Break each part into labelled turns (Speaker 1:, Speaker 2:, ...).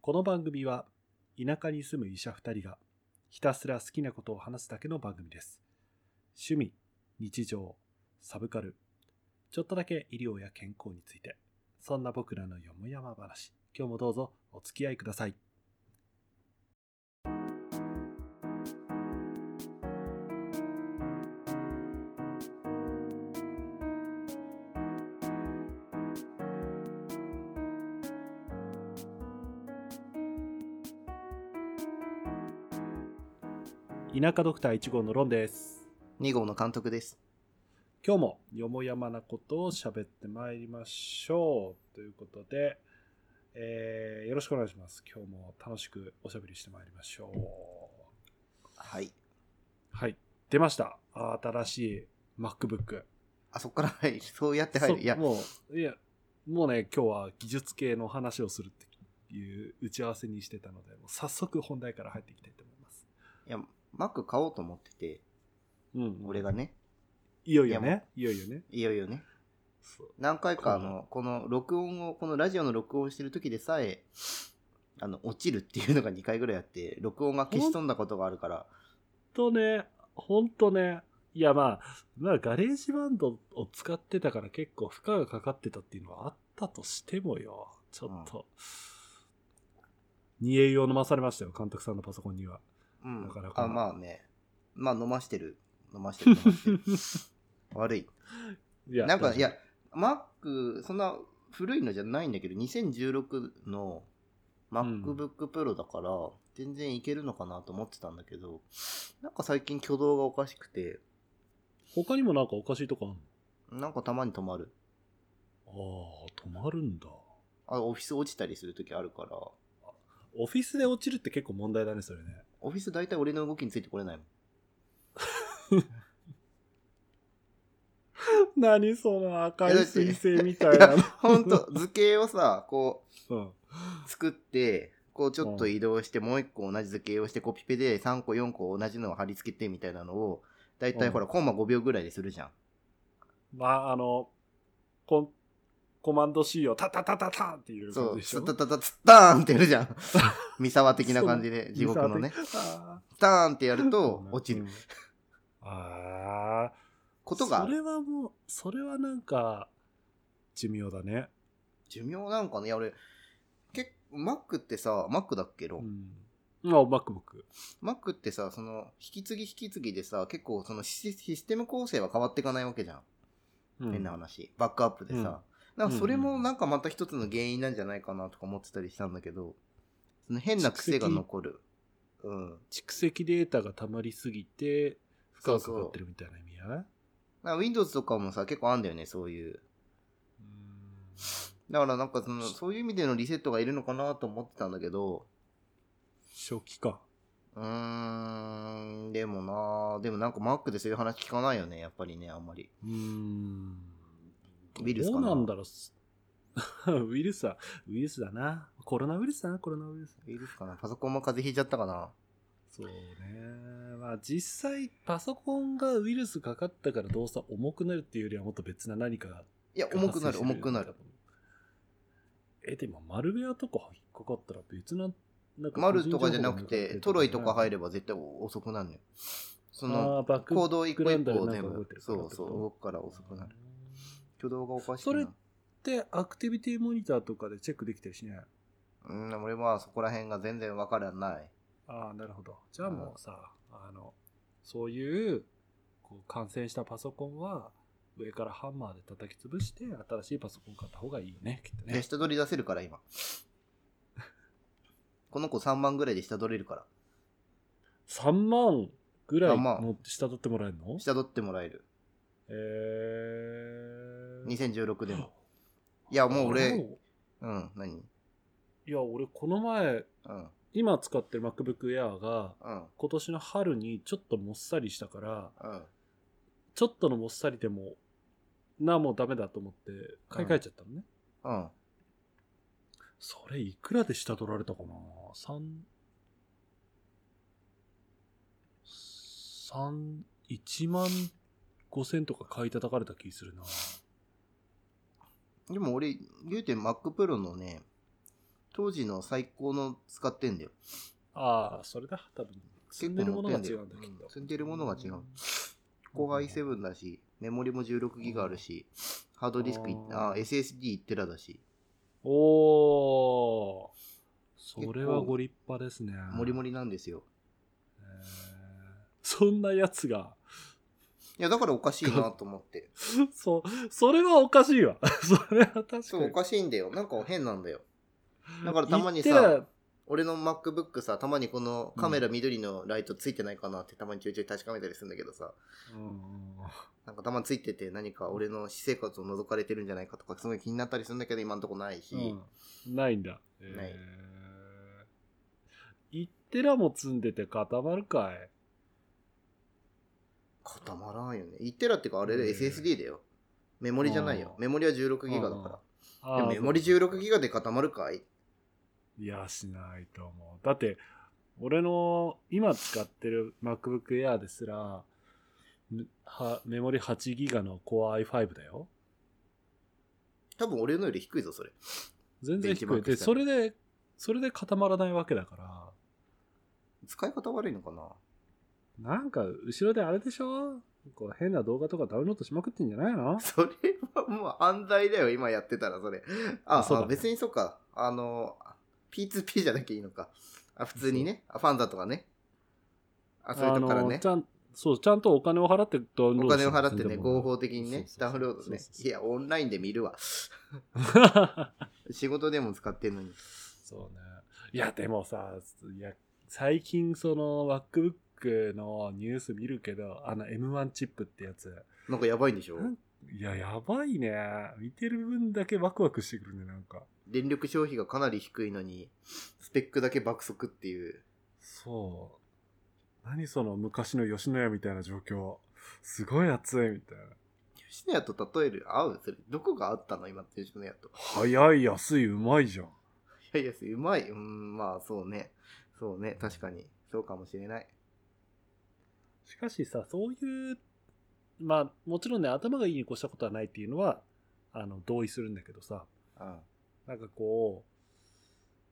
Speaker 1: この番組は田舎に住む医者2人がひたすら好きなことを話すだけの番組です。趣味、日常、サブカル、ちょっとだけ医療や健康について、そんな僕らのよもやま話、今日もどうぞお付き合いください。田舎ドクター1号のロンです。
Speaker 2: 2号の監督です。
Speaker 1: 今日もよもやまなことを喋ってまいりましょう。ということで、えーよろしくお願いします。今日も楽しくおしゃべりしてまいりましょう。
Speaker 2: はい。
Speaker 1: はい。出ました。あ新しい MacBook。
Speaker 2: あ、そっから入る。そうやって入
Speaker 1: そ
Speaker 2: る。いや、
Speaker 1: もう、いや、もうね、今日は技術系の話をするっていう打ち合わせにしてたので、もう早速本題から入っていきたいと思います。
Speaker 2: いや、Mac 買おうと思ってて、
Speaker 1: うん
Speaker 2: 俺がね、
Speaker 1: いよいよ
Speaker 2: いや
Speaker 1: ね。いよいよね。
Speaker 2: いよいよね、
Speaker 1: そう
Speaker 2: 何回かあの、この録音を、このラジオの録音してる時でさえ、あの、落ちるっていうのが2回ぐらいあって、録音が消し飛んだことがあるから、
Speaker 1: ほんとね、ほんとね。いや、まあ、まあ、ガレージバンドを使ってたから結構負荷がかかってたっていうのはあったとしてもよ。ちょっと、煮え湯を飲まされましたよ、監督さんのパソコンには。
Speaker 2: うん。
Speaker 1: なかなか
Speaker 2: あ、まあね。まあ、飲ましてる。飲ましてる。飲ましてる 悪い。
Speaker 1: いや
Speaker 2: なん
Speaker 1: 大
Speaker 2: か、
Speaker 1: 丈夫
Speaker 2: いや、Mac、そんな古いのじゃないんだけど、2016の MacBook Pro だから、全然いけるのかなと思ってたんだけど、なんか最近挙動がおかしくて、
Speaker 1: 他にもなんかおかしいとこあんの
Speaker 2: なんかたまに止まる。
Speaker 1: ああ、止まるんだ。
Speaker 2: あ、オフィス落ちたりするときあるから、
Speaker 1: オフィスで落ちるって結構問題だね、それね。
Speaker 2: オフィス大体俺の動きについてこれ ないもん。
Speaker 1: 何その赤い
Speaker 2: い
Speaker 1: 彗星みた
Speaker 2: い
Speaker 1: いな
Speaker 2: や、ほんと、図形をさ、こ
Speaker 1: の。
Speaker 2: う、作って、こうちょっと移動して、もう一個同じ図形をして、コピペで3個4個同じのを貼り付けてみたいなのを、大体ほら、コンマ5秒ぐらいでするじゃん。
Speaker 1: うん。まあ、あの、コンコマンド C をタタタタタンっていう感
Speaker 2: そ
Speaker 1: じ
Speaker 2: う、
Speaker 1: でしょ。
Speaker 2: ツタタタツッターンってやる じゃん。三沢的な感じで、地獄のね。
Speaker 1: あー。
Speaker 2: ターンってやる と落ち
Speaker 1: う
Speaker 2: る
Speaker 1: ん。ああ。
Speaker 2: ことがあ
Speaker 1: それ
Speaker 2: る。
Speaker 1: はもう、それはなんか、寿命だね。
Speaker 2: 寿命なんかね、いや俺、結構、マックってさ、マックだっけ
Speaker 1: う
Speaker 2: ど、
Speaker 1: ん。あ、MacBook。
Speaker 2: マックってさ、その、引き継ぎ引き継ぎでさ、結構そのシシステム構成は変わっていかないわけじゃん。
Speaker 1: うん
Speaker 2: 変な話。バックアップでさ。なんかそれ
Speaker 1: うんう
Speaker 2: も
Speaker 1: ん
Speaker 2: なんかまた一つの原因なんじゃないかなとか思ってたりしたんだけど、その変な癖が残る。うん。
Speaker 1: 蓄積データが溜まりすぎて、負荷がかかってるみたいな意味やね。
Speaker 2: なんか Windows とかもさ、結構あんだよね、そういう。だからなんかその、そういう意味でのリセットがいるのかなと思ってたんだけど、
Speaker 1: 初期か。
Speaker 2: うーん、でもなぁでもなんか Mac でそういう話聞かないよね、やっぱりね、あんまり。
Speaker 1: うーん。
Speaker 2: ウイルスか
Speaker 1: どう
Speaker 2: な
Speaker 1: なんだろう。 ウイルスは、ウイルスだな。コロナウイルスだな、コロナウイルス。
Speaker 2: いいですかなパソコンも風邪ひいちゃったかな
Speaker 1: そうね。まあ実際、パソコンがウイルスかかったから動作重くなるっていうよりはもっと別な何かが
Speaker 2: いや、重くなる、
Speaker 1: 発生して
Speaker 2: 重くなる。。
Speaker 1: え、でもマルウェアとか引っかかったら別な、なんか
Speaker 2: マルとかじゃなくて、トロイとか入
Speaker 1: る。
Speaker 2: れば絶対遅くなるのよ。そ
Speaker 1: あ
Speaker 2: の、
Speaker 1: ーバック
Speaker 2: 行動一個一個を
Speaker 1: グラウンダーで
Speaker 2: 全
Speaker 1: なんか動い
Speaker 2: 部
Speaker 1: てる、から
Speaker 2: そうそう、
Speaker 1: ってこと
Speaker 2: 動くから遅くなる。挙動がおかしいな。
Speaker 1: それで、アクティビティモニターとかでチェックできたりしない
Speaker 2: うん、俺はそこら辺が全然わからない。
Speaker 1: ああ、なるほど。じゃあもうさ、あの、そういう、こう、感染したパソコンは、上からハンマーで叩き潰して、新しいパソコン買った方がいいよね、きっと
Speaker 2: で、
Speaker 1: ね。
Speaker 2: 下取り出せるか ら、今。この子3万ぐらいで下取れるから。
Speaker 1: 3万ぐらい
Speaker 2: あまあ
Speaker 1: の下取ってもらえるの
Speaker 2: 下取ってもらえる。
Speaker 1: えー。
Speaker 2: 2016でも。いや、もう
Speaker 1: あ
Speaker 2: 俺、
Speaker 1: の
Speaker 2: うん、何
Speaker 1: いや、俺、この前、
Speaker 2: うん、
Speaker 1: 今使ってる MacBook Air が、
Speaker 2: うん、
Speaker 1: 今年の春にちょっともっさりしたから、
Speaker 2: うん。
Speaker 1: ちょっとのもっさりでも、な、もうダメだと思って、買い替えちゃったのね。
Speaker 2: うん。
Speaker 1: それいくらで下取られたかな三三1万5千とか買い叩かれた気するな
Speaker 2: でも俺、言うて Mac Pro のね、当時の最高の使ってんだよ。
Speaker 1: ああ、それだ、多分。積んでるものが違うんだ、きっ
Speaker 2: う
Speaker 1: と。
Speaker 2: ん積んでるものが違う
Speaker 1: うん。
Speaker 2: ここが i7 だし、メモリも16ギガあるし、ハードディスクい、あ
Speaker 1: あー
Speaker 2: SSD1 テラだし、
Speaker 1: おー。それはご立派ですね。
Speaker 2: モリモリなんですよ。
Speaker 1: えーそんなやつが、
Speaker 2: いや、だからおかしいなと思って。
Speaker 1: そ、それはおかしいわ。 それは確かに。
Speaker 2: そう、おかしいんだよ。なんか変なんだよ。だからたま
Speaker 1: 言
Speaker 2: に
Speaker 1: って
Speaker 2: さ
Speaker 1: ら、
Speaker 2: 俺の MacBook さ、たまにこのカメラ緑のライトついてないかなってたまにちょいちょい確かめたりするんだけどさ、
Speaker 1: うんうんうん
Speaker 2: なんかたまについてて何か俺の私生活を覗かれてるんじゃないかとかすごい気になったりするんだけど今んとこないし、
Speaker 1: うん、ないんだ。
Speaker 2: ない
Speaker 1: えー。1テラも積んでて固まるかい
Speaker 2: 固まらんよね。1テラってかあれ
Speaker 1: うん
Speaker 2: SSD だよ。メモリじゃないよ
Speaker 1: う。ん
Speaker 2: メモリは16ギガだか
Speaker 1: あー
Speaker 2: ら。でもメモリ16ギガで固まるかい
Speaker 1: いや、しないと思う。だって、俺の今使ってる MacBook Air ですら、むはメモリ8ギガの Core i5 だよ。
Speaker 2: 多分俺のより低いぞ、それ。
Speaker 1: 全然低
Speaker 2: ベンチマー
Speaker 1: い。
Speaker 2: ク
Speaker 1: で、
Speaker 2: した
Speaker 1: そ
Speaker 2: ら
Speaker 1: れで、それで固まらないわけだから。
Speaker 2: 使い方悪いのかな
Speaker 1: なんか、後ろであれでしょこう変な動画とかダウンロードしまくってんじゃないの
Speaker 2: それはもう犯罪だよ、今やってたら、それ。あ、
Speaker 1: あそうだ
Speaker 2: あ別にそうか。あの、P2P じゃなきゃいいのか。あ、普通にね。あ、ファンザとかね。あ、そういうとこから
Speaker 1: あの
Speaker 2: ね
Speaker 1: ち。ゃんそう、ちゃんとお金を払ってダウンロ
Speaker 2: お
Speaker 1: ード
Speaker 2: 金を払ってね、
Speaker 1: 法。
Speaker 2: 合法的にね、
Speaker 1: そうそうそう
Speaker 2: ダウンロードね
Speaker 1: そうそう。そう
Speaker 2: いや、オンラインで見るわ。仕事でも使ってんのに。
Speaker 1: そうね。いや、でもさ、いや、最近その MacBook のニュース見るけど、あの M1 チップってやつ。
Speaker 2: なんかやばいんでしょ
Speaker 1: なんいや、やばいね。見てる分だけワクワクしてくるね、なんか。
Speaker 2: 電力消費がかなり低いのに、スペックだけ爆速っていう。
Speaker 1: そう。何その昔の吉野家みたいな状況。すごい熱いみたいな。
Speaker 2: 吉野家と例える、合うそれ、どこが合ったの今って吉野家と。
Speaker 1: 早い、安い、うまいじゃん。
Speaker 2: いやいや、うまい。うん、まあそうね。そうね、確かに。そうかもしれない。
Speaker 1: しかしさ、そういう、まあ、もちろんね、頭がいいに越したことはないっていうのは、あの、同意するんだけどさ、
Speaker 2: うん。
Speaker 1: なんかこう、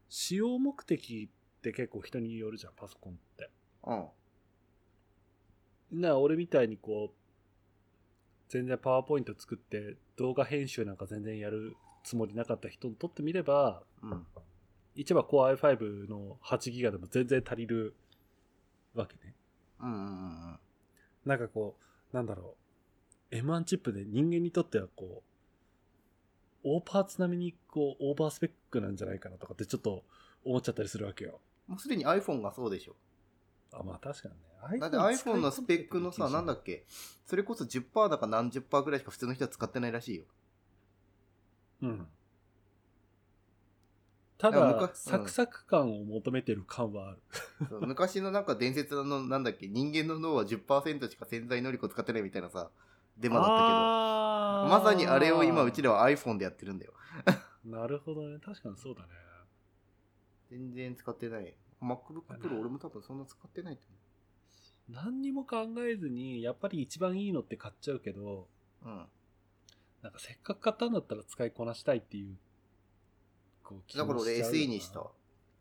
Speaker 1: 使用目的って結構人によるじゃん、パソコンって。
Speaker 2: うん。
Speaker 1: な、俺みたいにこう、全然パワーポイント作って動画編集なんか全然やるつもりなかった人にとってみれば、
Speaker 2: うん。
Speaker 1: 一番 Core i5 の8ギガでも全然足りるわけね。
Speaker 2: うんうん
Speaker 1: なんかこう、なんだろう。M1 チップで人間にとってはこう、大パーツ並みにこう、オーバースペックなんじゃないかなとかってちょっと思っちゃったりするわけよ。
Speaker 2: もうすでに iPhone がそうでしょ。
Speaker 1: あ、まあ確かにね。
Speaker 2: だって iPhone のスペックのさ、なんだっけ、それこそ10%だか何十パーぐらいしか普通の人は使ってないらしいよ。
Speaker 1: うん。た
Speaker 2: なんか
Speaker 1: だ、
Speaker 2: 昔
Speaker 1: サクサク感を求めてる感はある。
Speaker 2: そう昔のなんか伝説のなんだっけ、人間の脳は10%しか潜在能力を使ってないみたいなさ、デマだったけど。
Speaker 1: あ
Speaker 2: まさにあれを今うちら
Speaker 1: は。
Speaker 2: は iPhone でやってるんだよ。
Speaker 1: なるほどね。確かにそうだね。
Speaker 2: 全然使ってない。MacBook Pro 俺も多分そんな使ってないと
Speaker 1: 何にも考えずに、やっぱり一番いいのって買っちゃうけど、
Speaker 2: 思う。うん。
Speaker 1: なんかせっかく買ったんだったら使いこなしたいっていう。こう
Speaker 2: だから俺 SE にし。
Speaker 1: 気
Speaker 2: た
Speaker 1: もちゃうよな。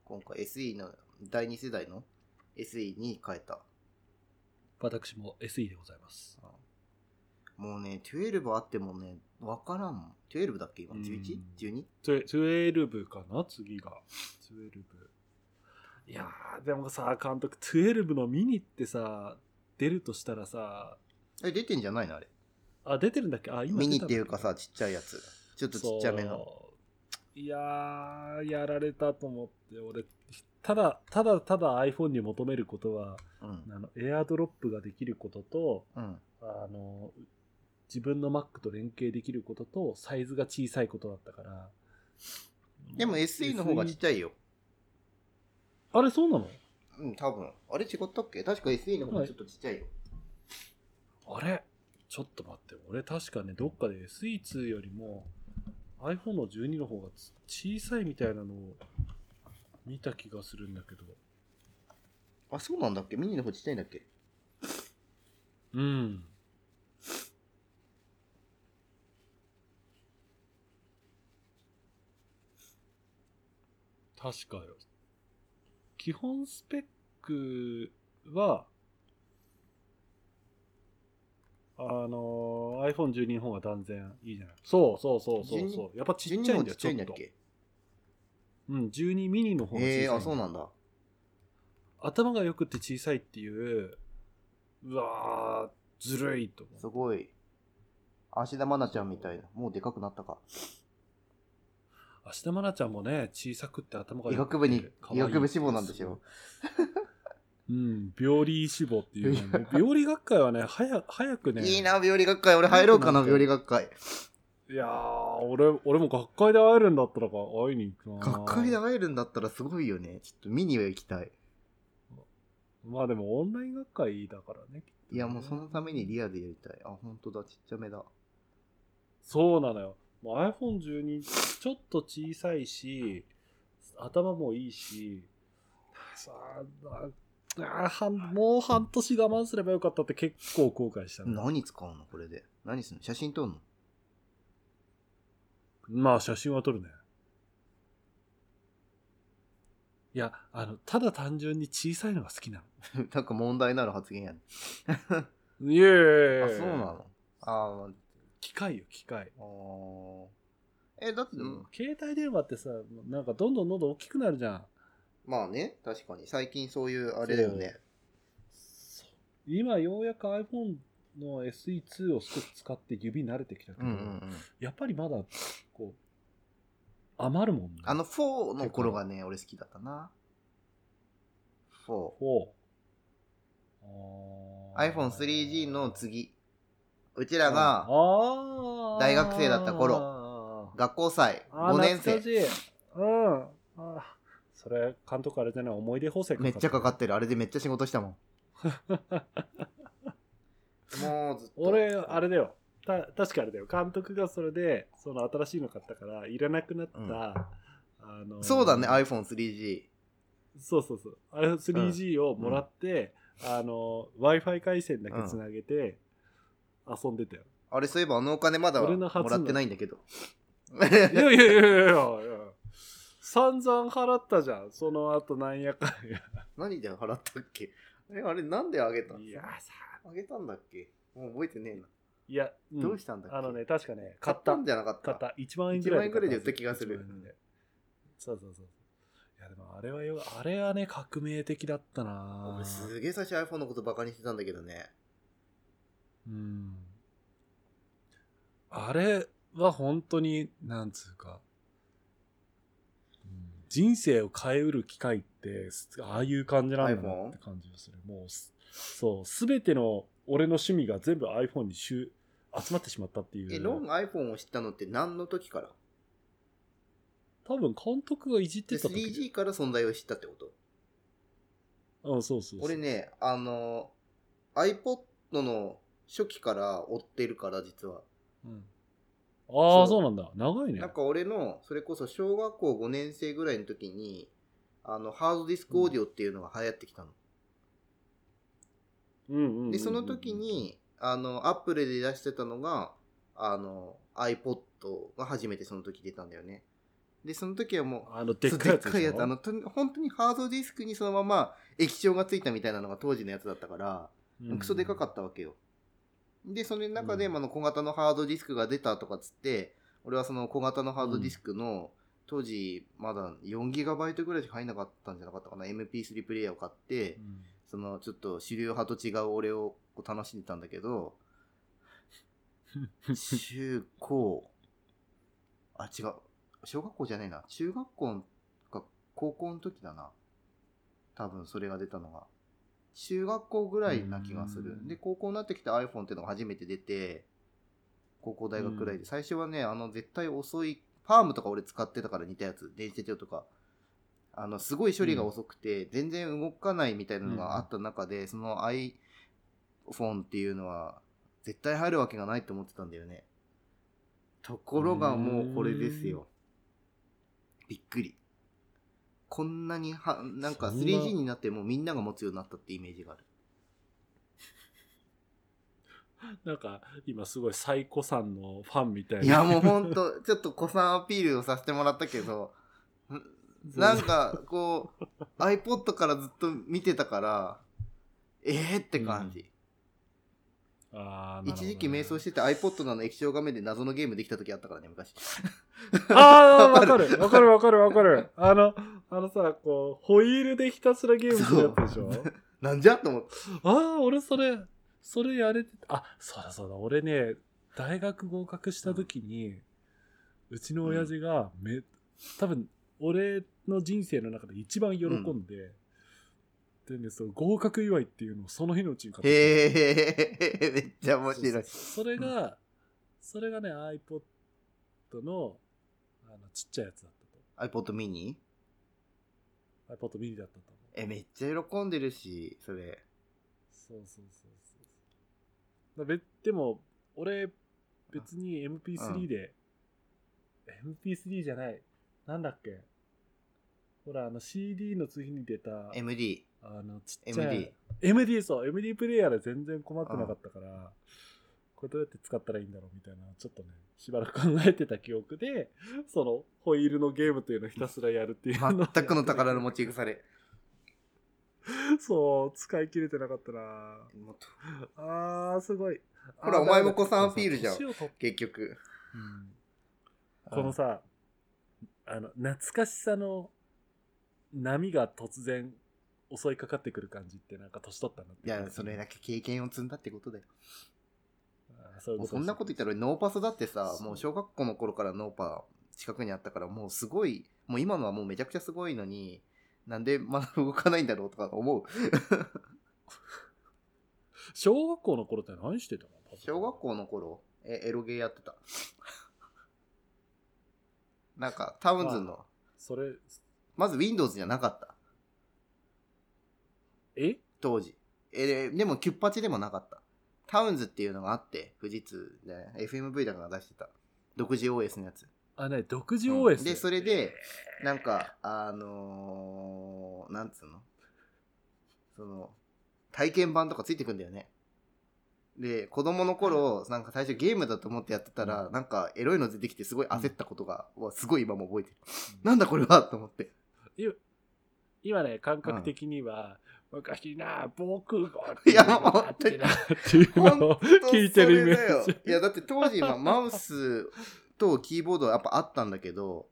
Speaker 2: 今回 SE の第2世代の SE に変えた。
Speaker 1: 私も SE でございます。
Speaker 2: もうね、12あってもね、わからんもん。12だっけ今
Speaker 1: うん
Speaker 2: ?11?12?
Speaker 1: 12かな次が。12。いやー、でもさ、監督、12のミニってさ、出るとしたらさ、
Speaker 2: え、出てんじゃないのあれ。
Speaker 1: あ、出てるんだっけあ、今
Speaker 2: ミ
Speaker 1: 出たんだっけ
Speaker 2: ニっていうかさ、、ちっちゃいやつ。ちょっとちっちゃめの。
Speaker 1: そう。いやー、やられたと思って、俺、ただ、ただただ iPhone に求めることは、
Speaker 2: うん。
Speaker 1: あの、エアドロップができることと、
Speaker 2: うん。
Speaker 1: あの、自分の Mac と連携できることと、サイズが小さいことだったから。
Speaker 2: でも SE の方がちっちゃいよ。
Speaker 1: あれ、そうなの
Speaker 2: うん、多分。あれ違ったっけ確か SE の方がちょっとちっちゃいよ。
Speaker 1: あれちょっと待って、俺確かね、どっかで SE2 よりも iPhone の12の方がつ小さいみたいなのを見た気がするんだけど。
Speaker 2: あ、そうなんだっけミニの方ちっちゃいんだっけ
Speaker 1: うん。確かよ。基本スペックは、あのー、iPhone12 の方が断然いいじゃないそうそうそうそうそう。やっぱちっちゃいんだよ、
Speaker 2: ちっちゃいん
Speaker 1: ちょ
Speaker 2: だ
Speaker 1: っと。
Speaker 2: っけ
Speaker 1: うん、12ミニの方が小さい
Speaker 2: え
Speaker 1: ん
Speaker 2: え
Speaker 1: だ
Speaker 2: ー、
Speaker 1: よ。
Speaker 2: あ、そうなんだ。
Speaker 1: 頭が良くて小さいっていう、うわー、ずるいと思う
Speaker 2: すごい。芦田愛菜ちゃんみたいな。もうでかくなったか。
Speaker 1: 芦田愛菜ちゃんもね、小さくって頭が
Speaker 2: 医
Speaker 1: 良
Speaker 2: 学
Speaker 1: くて
Speaker 2: 部に、
Speaker 1: 可愛
Speaker 2: 医
Speaker 1: い
Speaker 2: 学部志望なんですよ。。
Speaker 1: うん、病理志望っていうね、病理学会はね、早早くね、
Speaker 2: いいな、病理学会。俺入ろうかな、
Speaker 1: なんか
Speaker 2: 病理学会。
Speaker 1: いやー、俺、俺も学会で会えるんだったらか会いに行くな。
Speaker 2: 学会で会えるんだったらすごいよね。ちょっと見には行きたい。
Speaker 1: まあでもオンライン学会だからね。きっとね
Speaker 2: いや、もうそのためにリアルでやりたい。あ、本当だ、ちっちゃめだ。
Speaker 1: そうなのよ。もう iPhone12 ちょっと小さいし、頭もいいし、さあ、なあー半もう半年我慢すればよかったって結構後悔したね、
Speaker 2: 何使うのこれで。何するの写真撮るの
Speaker 1: まあ写真は撮るね。いや、あの、ただ単純に小さいのが好きな
Speaker 2: なんか問題のある発言やね。
Speaker 1: の。いえいえいえいえ
Speaker 2: あ、そうなのあ
Speaker 1: 機械よ、機械。
Speaker 2: ーあー。え、だって、
Speaker 1: 携帯電話ってさ、なんかどんどんどんどん大きくなるじゃん。
Speaker 2: まあね、確かに。最近そういうあれだよね。
Speaker 1: 今ようやく iPhone の SE2 を少し使って指慣れてきたけど、
Speaker 2: ん。
Speaker 1: やっぱりまだ、こう、余るもんね。
Speaker 2: あの4の頃がね、俺好きだったな。4。
Speaker 1: こう、
Speaker 2: iPhone3G の次。うちら
Speaker 1: が
Speaker 2: が大学生だった頃、学校祭、
Speaker 1: あー
Speaker 2: 5年
Speaker 1: 懐
Speaker 2: 生。
Speaker 1: かしいうん。あーそれ、監督あれじゃない、思い出補正
Speaker 2: めっちゃかか
Speaker 1: っ
Speaker 2: ってる。あれでめっちゃ仕事し たもん。もうずっと。
Speaker 1: 俺、あれだよ。た確かあれだよ。監督がそれで、その新しいの買ったから、いらなくなった、
Speaker 2: うん
Speaker 1: あのー
Speaker 2: そうだね、iPhone3G。
Speaker 1: そうそうそう。iPhone3G をもらって、あのー、Wi-Fi 回線だけつなげて、遊んでたよ。
Speaker 2: あれ、そういえばあのお金まだ
Speaker 1: 俺の
Speaker 2: も
Speaker 1: 初の
Speaker 2: らってないんだけど。
Speaker 1: いやいやいやいやいやいや。散々払ったじゃん。その後なんやかんや。
Speaker 2: 何で払ったっけえ、あれなんであげたの
Speaker 1: いやさ。
Speaker 2: あげたんだっけもう覚えてねえな。
Speaker 1: いや、うん
Speaker 2: どうしたんだっけ
Speaker 1: あのね、確かね、買
Speaker 2: 買っ
Speaker 1: ったた
Speaker 2: ん。じゃなかった。
Speaker 1: 買った。1万円ぐらい
Speaker 2: 1万円ぐらいで売った気がする
Speaker 1: 1万円でそうそうそう。いや、でもあれはよ、あれはね、革命的だったな
Speaker 2: 俺すげえ最初 iPhone のことバカにしてたんだけどね。
Speaker 1: うん。あれは本当に、なんつうか、うん人生を変えうる機会って、すああいう感じなんだな
Speaker 2: iPhone？
Speaker 1: って感じがする。もうす、そう、すべての俺の趣味が全部 iPhone に集集まってしまったっていう。
Speaker 2: え、ロン iPhone を知ったのって何の時から
Speaker 1: 多分監督がいじって
Speaker 2: で
Speaker 1: た時だよ
Speaker 2: ?3G から存在を知ったってこと
Speaker 1: うん、そうそうそう。
Speaker 2: 俺ね、あの、iPod の初期から追ってるから、実は。
Speaker 1: うん、あ
Speaker 2: そ
Speaker 1: あ、
Speaker 2: う
Speaker 1: そうなんだ。長いね。
Speaker 2: なんか俺の、それこそ小学校5年生ぐらいの時に、あの、ハードディスクオーディオっていうのが流行ってきたの。
Speaker 1: うんうんうんうん
Speaker 2: で、その時、に、あの、アップルで出してたのが、あの、iPod が初めてその時出たんだよね。で、その時はもう、
Speaker 1: あの、でっかいやつ
Speaker 2: そう
Speaker 1: でしょ。
Speaker 2: でっあの、とに本当にハードディスクにそのまま液晶がついたみたいなのが当時のやつだったから、
Speaker 1: うん
Speaker 2: クソでかかったわけよ。で、その中で、
Speaker 1: うん
Speaker 2: まああの小型のハードディスクが出たとかっつって、俺はその小型のハードディスクの、当時まだ 4GB ぐらいしか入んなかったんじゃなかったかな、MP3 プレイヤーを買って、
Speaker 1: うん
Speaker 2: そのちょっと主流派と違う俺をこう楽しんでたんだけ ど、中高、あ、違う。小学校じゃねえな。中学校か高校の時だな。多分それが出たのが。中学校ぐらいな気がす
Speaker 1: う
Speaker 2: る。
Speaker 1: ん
Speaker 2: で、高校になってきて iPhone っていうのが初めて出て、高校大学ぐらい
Speaker 1: う
Speaker 2: で。
Speaker 1: ん
Speaker 2: 最初はね、あの、絶対遅い、ファームとか俺使ってたから似たやつ。電子手帳とか。あの、すごい処理が遅くて、全然動かないみたいなのがあった中で、その iPhone っていうのは、絶対入るわけがないと思ってたんだよね。ところがもうこれですよ。びっくり。こんなには、なんか
Speaker 1: そんな
Speaker 2: 3G になってもうみんなが持つようになったってイメージがある。
Speaker 1: なんか、今すごいサイコさんのファンみたいな。
Speaker 2: いやもうほんと、ちょっと子さんアピールをさせてもらったけど、んなんか、こう、iPod からずっと見てたから、えーって感じ。
Speaker 1: あ
Speaker 2: 一時期迷走してて iPod なの液晶画面で謎のゲームできた時あったからね、昔。
Speaker 1: た。ああ、わかる。わかるわかるわかる。あの、あのさ、こう、ホイールでひたすらゲームするやつでしょ
Speaker 2: そなんじゃと思って。
Speaker 1: ああ、俺それ、それやれてた。あ、そうだそうだ。俺ね、大学合格した時に、うちの親父がめ、多分、俺の人生の中で一番喜んで、でね、その合格祝いっていうのをその日のうちに買ってきた
Speaker 2: へ え、めっちゃ面白い。
Speaker 1: そうそうそうそれが、それがね iPod のあのちっちゃいやつだっ
Speaker 2: iPod mini?
Speaker 1: たと iPod mini だったと思う
Speaker 2: え、めっちゃ喜んでるし、それ。
Speaker 1: そうそうそうそうだべでも俺別に MP3 で、MP3 じゃないなんだっけほらあの CD の次に出た
Speaker 2: MD。
Speaker 1: あのちっちゃ
Speaker 2: MD
Speaker 1: い MD そう MD プレイヤーで全然困ってなかったから、これどうやって使ったらいいんだろうみたいなちょっとねしばらく考えてた記憶でそのホイールのゲームというのをひたすらやるっていうのを
Speaker 2: 全くの宝の持ち腐れ。
Speaker 1: そう使い切れてなかったな
Speaker 2: もっと
Speaker 1: あーすごい
Speaker 2: ほら
Speaker 1: あー
Speaker 2: お前も
Speaker 1: だめだ
Speaker 2: 子さんアピールじゃん
Speaker 1: そうそう年を取っ
Speaker 2: 結局。
Speaker 1: うんこのさあの懐かしさの波が突然襲いかかってくる感じってなんか年取ったなって
Speaker 2: いや、それだけ経験を積んだってことだよ。
Speaker 1: あそういう
Speaker 2: も
Speaker 1: こ
Speaker 2: う
Speaker 1: と
Speaker 2: そんなこと言ったら俺ノーパスだってさ
Speaker 1: そう
Speaker 2: もう小学校の頃からノーパ近くにあったからもうすごいもう今のはもうめちゃくちゃすごいのになんでまだ動かないんだろうとか思う
Speaker 1: 小学校の頃って何してたの
Speaker 2: 小学校の頃えエロゲーやってたなんかタウンズの
Speaker 1: それ
Speaker 2: まず Windows じゃなかった
Speaker 1: え
Speaker 2: 当時えでもキュッパチでもなかったタウンズっていうのがあって富士通で FMV だから出してた独自 OS のやつ
Speaker 1: あね独自 OS、
Speaker 2: うんでそれでなんか、あのー、なんつうのその、体験版とかついてくんだよね。で、子供の頃、なんか最初ゲームだと思ってやってたら、なんかエロいの出てきてすごい焦ったことが、うわすごい今も覚えてる。なんだこれはと思って。
Speaker 1: 今今ね感覚的には、昔な防空壕
Speaker 2: いやもう本当に
Speaker 1: あってなっていうのを 聞いてるイメー
Speaker 2: それ
Speaker 1: ジ
Speaker 2: だよいや、だって当時はマウスとキーボードはやっぱあったんだけど、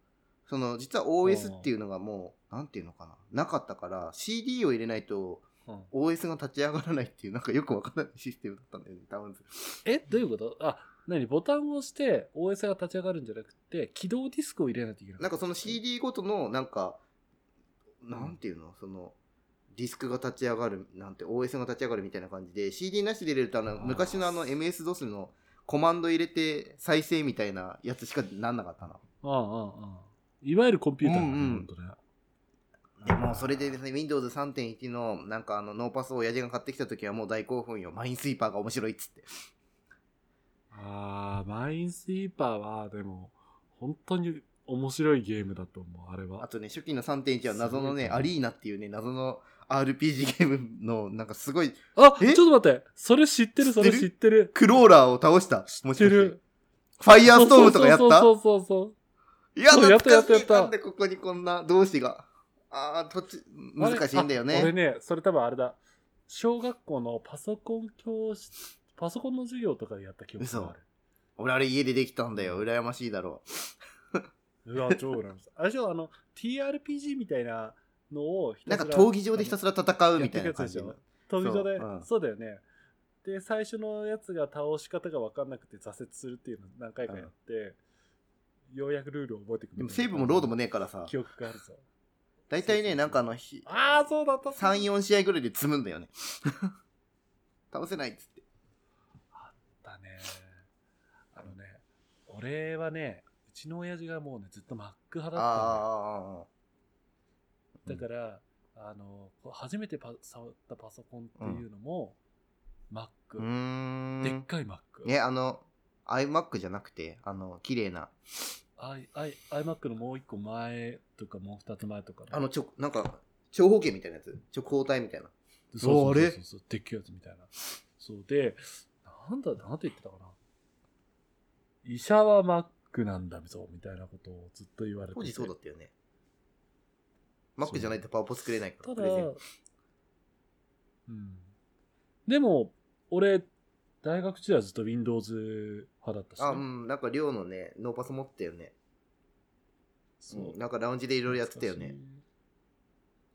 Speaker 2: その実は OS っていうのがもう、なんていうのかな、なかったから、CD を入れないと、
Speaker 1: うん
Speaker 2: OS が立ち上がらないっていう、なんかよくわからないシステムだったんだよね、ダウンズ。
Speaker 1: えどういうことあ何ボタンを押して OS が立ち上がるんじゃなくて起動ディスクを入れないといけない
Speaker 2: なんかその CD ごとの、なんか、なんていうの、その、ディスクが立ち上がる、なんて、OS が立ち上がるみたいな感じで、CD なしで入れると、あ
Speaker 1: あ
Speaker 2: の、
Speaker 1: ー
Speaker 2: 昔のあの MS-DOS のコマンド入れて再生みたいなやつしかなんなかったな。
Speaker 1: ああああああいわゆるコンピューターだね、
Speaker 2: うんうん
Speaker 1: 本当ね
Speaker 2: でも、それでですね、Windows 3.1の、なんかあの、ノーパスを親父が買ってきた時はもう大興奮よ。マインスイーパーが面白いっつって。
Speaker 1: ああマインスイーパーはでも本当に面白いゲームだと思うあれは
Speaker 2: あとね、初期の3.1は謎の
Speaker 1: す
Speaker 2: ね、
Speaker 1: ごい
Speaker 2: アリーナっていうね、謎の RPG ゲームの、なんかすごい、
Speaker 1: あちょ
Speaker 2: え
Speaker 1: っと待ってそれ知ってるそれ
Speaker 2: 知
Speaker 1: 知
Speaker 2: っ
Speaker 1: ってる
Speaker 2: クローラーを倒した。
Speaker 1: 知ってる。
Speaker 2: ファイヤーストームとかやった
Speaker 1: そうそうそうそう
Speaker 2: いや、
Speaker 1: そう
Speaker 2: 懐かしい
Speaker 1: やったやったやった
Speaker 2: なんでここにこんな同士が。ああ、とっち、
Speaker 1: そう。
Speaker 2: 難しいんだよ
Speaker 1: あ俺
Speaker 2: ね。
Speaker 1: ね、それ多分あれだ。小学校のパソコン教室、パソコンの授業とかでやった記憶がある。
Speaker 2: 俺、あれ家でできたんだよ。羨ましいだろ
Speaker 1: うわ、超羨ましい。あれでしょ、あの、TRPG みたいなのをひ
Speaker 2: う。
Speaker 1: た
Speaker 2: なん
Speaker 1: す
Speaker 2: から闘技場でひたすら戦うみたいな感じ
Speaker 1: やっ
Speaker 2: の
Speaker 1: て。闘技場で、
Speaker 2: そううん
Speaker 1: そうだよね。で、最初のやつが倒し方が分かんなくて挫折するっていうのを何回かやって、ようやくルールを覚えてくる。
Speaker 2: でも、セーブもロードもねえからさ。
Speaker 1: 記憶があるぞ。
Speaker 2: 大体ね、なんかあの、ひ
Speaker 1: ああ、そうだった。
Speaker 2: 3、4試合ぐらいで積むんだよね。 倒せないっつって。
Speaker 1: だね。あのね、俺はね、うちの親父がもうね、ずっと Mac 派だったのよ
Speaker 2: ああー。
Speaker 1: だから、あの、こう初めてパ触ったパソコンっていうのも、Mac、
Speaker 2: うーん。
Speaker 1: でっかい Mac。
Speaker 2: ね、あの、iMac じゃなくて、あの、綺麗な、
Speaker 1: I- I- iMac のもう一個前とか、もう二つ前とかの。
Speaker 2: あの、ちょ、なんか、長方形みたいなやつ。直方体みたいな。
Speaker 1: そうそうそう
Speaker 2: あれ
Speaker 1: そうそうでっけえやつみたいな。そうで、なんだ、なんて言ってたかな。医者は Mac なんだぞ、みたいなことをずっと言われてて。
Speaker 2: 当時そうだったよね。 Mac じゃないとパワポ作れないか
Speaker 1: た
Speaker 2: ら、プ
Speaker 1: だ
Speaker 2: レゼン。
Speaker 1: うん、でも俺大学時代はずっと Windows 派だったしね、
Speaker 2: あ、うん、なんか寮のね、ノーパソ持ってたよね。
Speaker 1: そう
Speaker 2: うんなんかラウンジでいろいろやってたよね。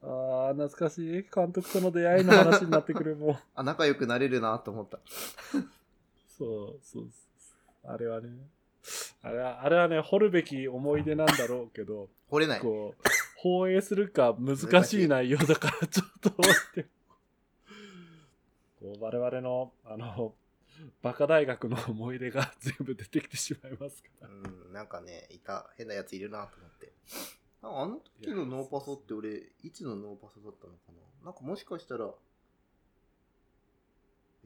Speaker 1: ああ懐かしい監督との出会いの話になってくるもう
Speaker 2: あ、仲良くなれるなと思った。
Speaker 1: そうそうそうあれはねあれはあれはね掘るべき思い出なんだろうけど
Speaker 2: 掘れない。
Speaker 1: こう放映するか難しい内容だからちょっと待ってこう我々のあのバカ大学の思い出が全部出てきてしまいますから
Speaker 2: うん、なんかね、いた、変なやついるなと思って。なんかあの時のノーパソって俺、いつのノーパソだったのかななんかもしかしたら、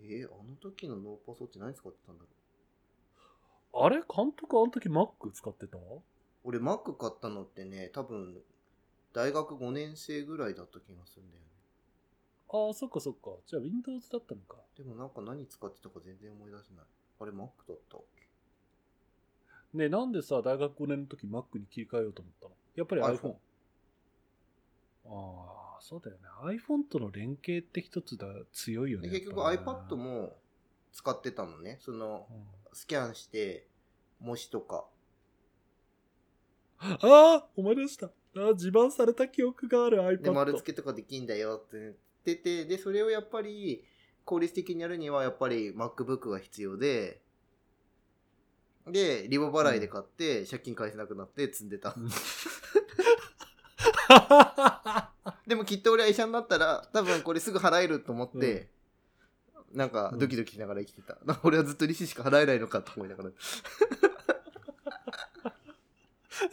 Speaker 2: えーあの時のノーパソって何使ってたんだろう
Speaker 1: あれ監督あの時 Mac 使ってた
Speaker 2: 俺、Mac 買ったのってね、多分、大学5年生ぐらいだった気がするんだよね。
Speaker 1: ああそっかそっかじゃあ Windows だったのか
Speaker 2: でもなんか何使ってたか全然思い出せない。あれ、Mac だったっけ
Speaker 1: ねえなんでさ大学5年の時 Mac に切り替えようと思ったのやっぱり iPhone ああそうだよね iPhone との連携って一つだ強いよね
Speaker 2: で結局
Speaker 1: やっぱね
Speaker 2: iPad も使ってたのね。その
Speaker 1: う、ん
Speaker 2: スキャンして、模試とか。
Speaker 1: ああ思い出したあー自慢された記憶がある iPad
Speaker 2: で、丸付けとかできんだよって言ってて、で、それをやっぱり効率的にやるには、やっぱり MacBook が必要で、で、リボ払いで買って、借金返せなくなって積んでた。 でもきっと俺は医者になったら、多分これすぐ払えると思って、なんかドキドキしながら生きてた。 俺はずっと利子しか払えないのかと思いながら。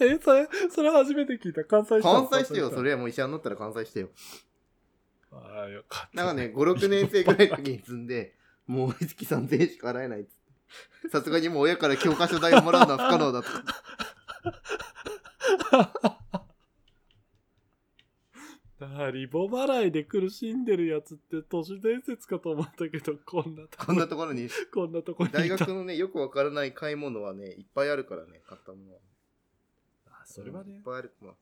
Speaker 1: えそれそれ初めて聞いた関西した
Speaker 2: 完済してよ、それはもう医者になったら完済してよ。
Speaker 1: ああよかった
Speaker 2: なん かね、5、6年生ぐらいの時に積んで、もう月3000円しか払えないっつって。さすがにもう親から教科書代をもらうのは不可能だと。
Speaker 1: ああリボ払いで苦しんでるやつって都市伝説かと思ったけどこんなとこ
Speaker 2: こんなところに、
Speaker 1: こんなとこにいた
Speaker 2: 大学のね、よくわからない買い物はね、いっぱいあるからね、買ったものは。
Speaker 1: あそれは
Speaker 2: うんい
Speaker 1: ね
Speaker 2: っぱいある。まあ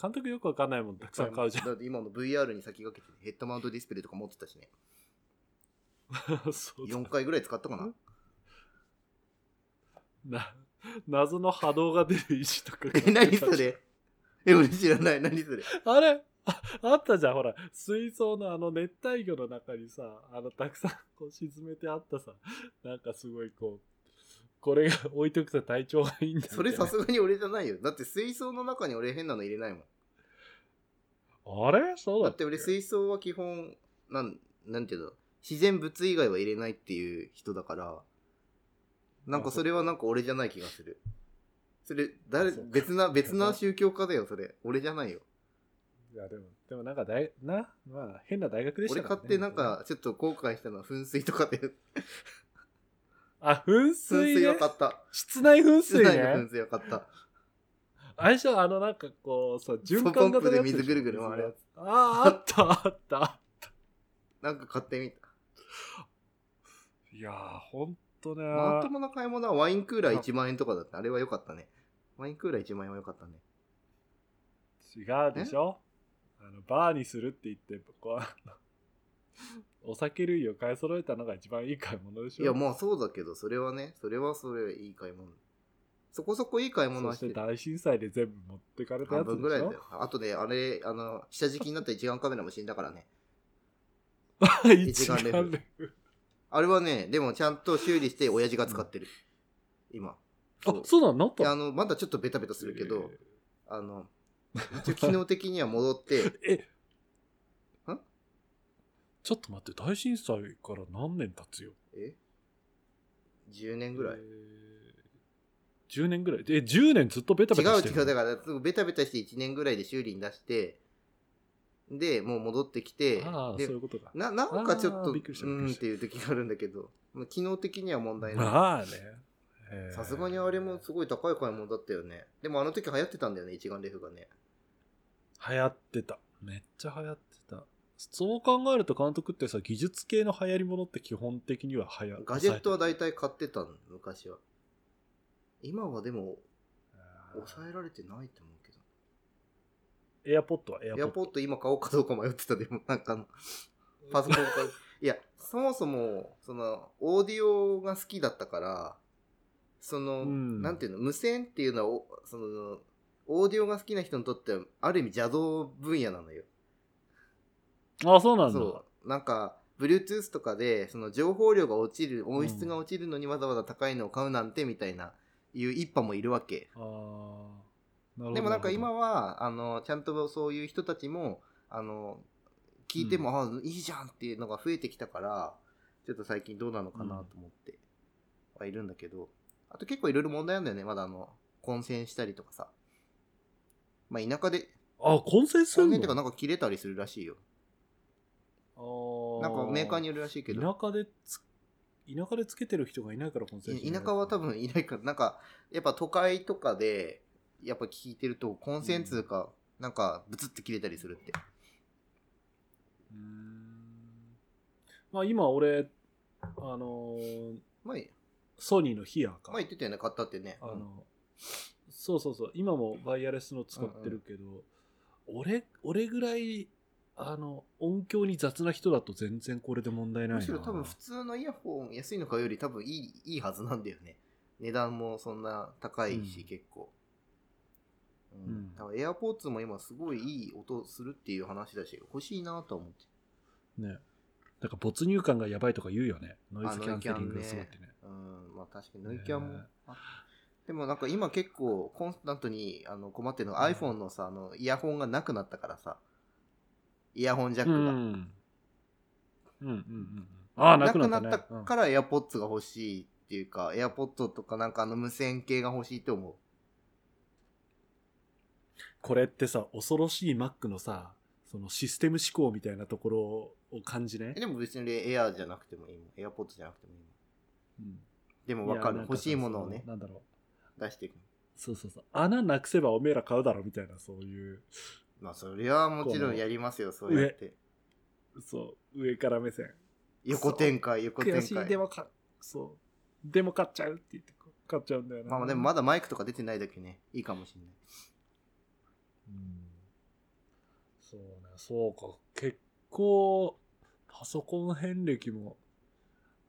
Speaker 1: 監督よくわかんないもんたくさん買うじゃん
Speaker 2: だって今の VR に先駆けてヘッドマウントディスプレイとか持ってたしね。
Speaker 1: そうだ
Speaker 2: 4回ぐらい使っ たかな。
Speaker 1: な謎の波動が出る石とか買って
Speaker 2: え、
Speaker 1: た
Speaker 2: 何それえ、俺知らない。何それ
Speaker 1: あれああったじゃん、ほら、水槽のあの熱帯魚の中にさ、あの、たくさんこう沈めてあったさ、なんかすごいこう、これが置いとくと体調がいいんだ
Speaker 2: それ
Speaker 1: みたい
Speaker 2: さすがに俺じゃないよ。だって水槽の中に俺変なの入れないもん。
Speaker 1: なあれそうだ
Speaker 2: だ
Speaker 1: っ
Speaker 2: ってて俺水槽は基本なんなんていうの自然物以外は入れないっていう人だからなんかそれはなんか俺じゃない気がするそれ誰
Speaker 1: あそうか
Speaker 2: 別な別な宗教家だよそれ俺じゃないよ
Speaker 1: いやでも、でもなんか大、な、まあ、変な大学でした
Speaker 2: 俺
Speaker 1: から、
Speaker 2: 買ってなん、かちょっと後悔したのは噴水と かで
Speaker 1: あ、噴
Speaker 2: 噴
Speaker 1: 水、
Speaker 2: 水
Speaker 1: ね
Speaker 2: は、買った
Speaker 1: 室内噴
Speaker 2: 室
Speaker 1: 水
Speaker 2: 内の
Speaker 1: ね
Speaker 2: 噴。水は買った
Speaker 1: あれでしょあのなんかこうさ、循環型のやつ
Speaker 2: そうポンプで水
Speaker 1: しょ
Speaker 2: ぐるぐる回るやつ
Speaker 1: ああ、あったあった。
Speaker 2: なんか買ってみた
Speaker 1: いやー、ほんとね。
Speaker 2: まともな買い物はワインクーラー1万円とかだったあれは良かったねワインクーラー1万円は良かったね
Speaker 1: 違うでしょあのバーにするって言ってこうお酒類を買い揃えたのが一番いい買い物でしょ
Speaker 2: いやまあそうだけどそれはねそれはそれいい買い物そこそこいい買い物
Speaker 1: そ
Speaker 2: は
Speaker 1: し
Speaker 2: し
Speaker 1: て
Speaker 2: てる
Speaker 1: 大震災で全部持ってかれたや
Speaker 2: 半
Speaker 1: つでし
Speaker 2: 分ぐらいだ
Speaker 1: ょ
Speaker 2: よあとねあれあの下敷きになった一眼カメラも死んだからね
Speaker 1: 一眼レ
Speaker 2: 一眼
Speaker 1: フ
Speaker 2: あれはねでもちゃんと修理して親父が使ってる、今
Speaker 1: あ
Speaker 2: そう
Speaker 1: そうなのなっ
Speaker 2: いやあ
Speaker 1: たの
Speaker 2: のまだちょっとベタベタするけど、あの一応機能的には戻って
Speaker 1: えーえ
Speaker 2: ん
Speaker 1: ちょっと待って大震災から何年経つよ
Speaker 2: え10年ぐらい、
Speaker 1: えー10年ぐらいでえ10年ずっとベタベタして
Speaker 2: 違う違うだ
Speaker 1: か
Speaker 2: からベタベタして1年ぐらいで修理に出してでもう戻ってきて
Speaker 1: ああそう
Speaker 2: で
Speaker 1: いうことか
Speaker 2: ななんかちょっ
Speaker 1: あー
Speaker 2: とう
Speaker 1: びっくりしたびっく
Speaker 2: ーん
Speaker 1: り
Speaker 2: っ
Speaker 1: して
Speaker 2: いう時があるんだけど まあ機能的には問題ない
Speaker 1: まあねえー
Speaker 2: さすがにあれもすごい高い買い物だったよねでもあの時流行ってたんだよね一眼レフがね
Speaker 1: 流行ってためっちゃ流行ってたそう考えると監督ってさ技術系の流行りものって基本的には流行
Speaker 2: ガジェットは
Speaker 1: 抑え
Speaker 2: 大体買ってたの昔は今はでも
Speaker 1: てる
Speaker 2: 抑えられてないと思うけど
Speaker 1: エアポッドはエア
Speaker 2: エア
Speaker 1: ポ
Speaker 2: ポ
Speaker 1: ッ
Speaker 2: ッド今買おうかどうか迷ってたでも、なんかあの、パソコンから。い や、そもそも、その、オーディオが好きだったから、そ
Speaker 1: う
Speaker 2: の、
Speaker 1: ん
Speaker 2: なんていうの、無線っていうのはお、その、オーディオが好きな人にとっては、ある意味邪道分野なのよ。
Speaker 1: ド。あ、そうなんだ。
Speaker 2: そう。なんか、Bluetooth とかで、その情報量が落ちる、音質が落ちるのにわざわざ高いのを買うなんて、みたいな、いう一派もいるわけ。
Speaker 1: あーなるほど
Speaker 2: でもなんか今
Speaker 1: る
Speaker 2: はあのちゃんとそういう人たちもあの聞いても、あいいじゃんっていうのが増えてきたからちょっと最近どうなのかなと思ってはいるんだけど、あと結構いろいろ問題なんだよねまだあの混戦したりとかさまあ田舎で
Speaker 1: ほどあ、混戦す
Speaker 2: 混
Speaker 1: る
Speaker 2: 戦と
Speaker 1: の
Speaker 2: かなんか切れたりするらしいよ
Speaker 1: あ
Speaker 2: なんかメーカーによるらしいけど
Speaker 1: 田舎でつ、田舎でつけてる人がいないから混戦す
Speaker 2: い
Speaker 1: る
Speaker 2: 田舎は多分いないからなんかやっぱ都会とかでやっぱ聞いてると混戦通か、なんかブツって切れたりするって
Speaker 1: うーんまあ今俺、あのー
Speaker 2: まあいい
Speaker 1: ソニーのヒアーか。
Speaker 2: 前言ってたよね買ったってね
Speaker 1: あの、そうそうそう、今もワイヤレスの使ってるけど、俺、俺ぐらい、あの、音響に雑な人だと全然これで問題ないな。
Speaker 2: むしろ多分普通のイヤホン安いの買うより多分いいいいはずなんだよね値段もそんな高いし、
Speaker 1: うん
Speaker 2: 結構う
Speaker 1: うん
Speaker 2: ん、だからエアポーツも今すごいいい音するっていう話だし欲しいなとは思って
Speaker 1: ね。なんか没入感がやばいとか言うよね。ノイズ
Speaker 2: あ
Speaker 1: キャンセリングがすごい
Speaker 2: ノ
Speaker 1: っ
Speaker 2: イ
Speaker 1: て
Speaker 2: キ
Speaker 1: ね。
Speaker 2: うんまあ確かにノイキャンも、
Speaker 1: ね
Speaker 2: あでもなんか今結構コンスタントにあの困ってるのが
Speaker 1: うん
Speaker 2: iPhone のさあのイヤホンがなくなったからさイヤホンジャッ
Speaker 1: うん。う
Speaker 2: ク
Speaker 1: ん
Speaker 2: が、
Speaker 1: うんうんうん。ああ、な
Speaker 2: な
Speaker 1: くな
Speaker 2: く
Speaker 1: った
Speaker 2: な
Speaker 1: ね。
Speaker 2: ったから AirPods が欲しいっていうか、AirPods とかなんかあの無線系が欲しいと思う。
Speaker 1: これってさ、恐ろしい Mac のさ、そのシステム思考みたいなところを感じね
Speaker 2: え。でも別に Air じゃなくてもいいもん。AirPods じゃなくてもいいもん。
Speaker 1: うん
Speaker 2: でも分か
Speaker 1: い
Speaker 2: る。
Speaker 1: や
Speaker 2: 欲しいものをね、
Speaker 1: なんかさそのなんだろう。
Speaker 2: 出していく。
Speaker 1: そうそうそう。穴なくせばおめえら買うだろみたいな、そういう。
Speaker 2: まあそれはもちろんやりますよ、そうやって。
Speaker 1: そう、上から目線。
Speaker 2: 横展開、横展
Speaker 1: 悔しい、で
Speaker 2: 開。
Speaker 1: もか、そう。でも買っちゃうって言って、買っちゃうんだよね。
Speaker 2: まあでもまだマイクとか出てないだけね、いいかもしれない。
Speaker 1: うん。そうね、そうか。結構、パソコン遍歴も。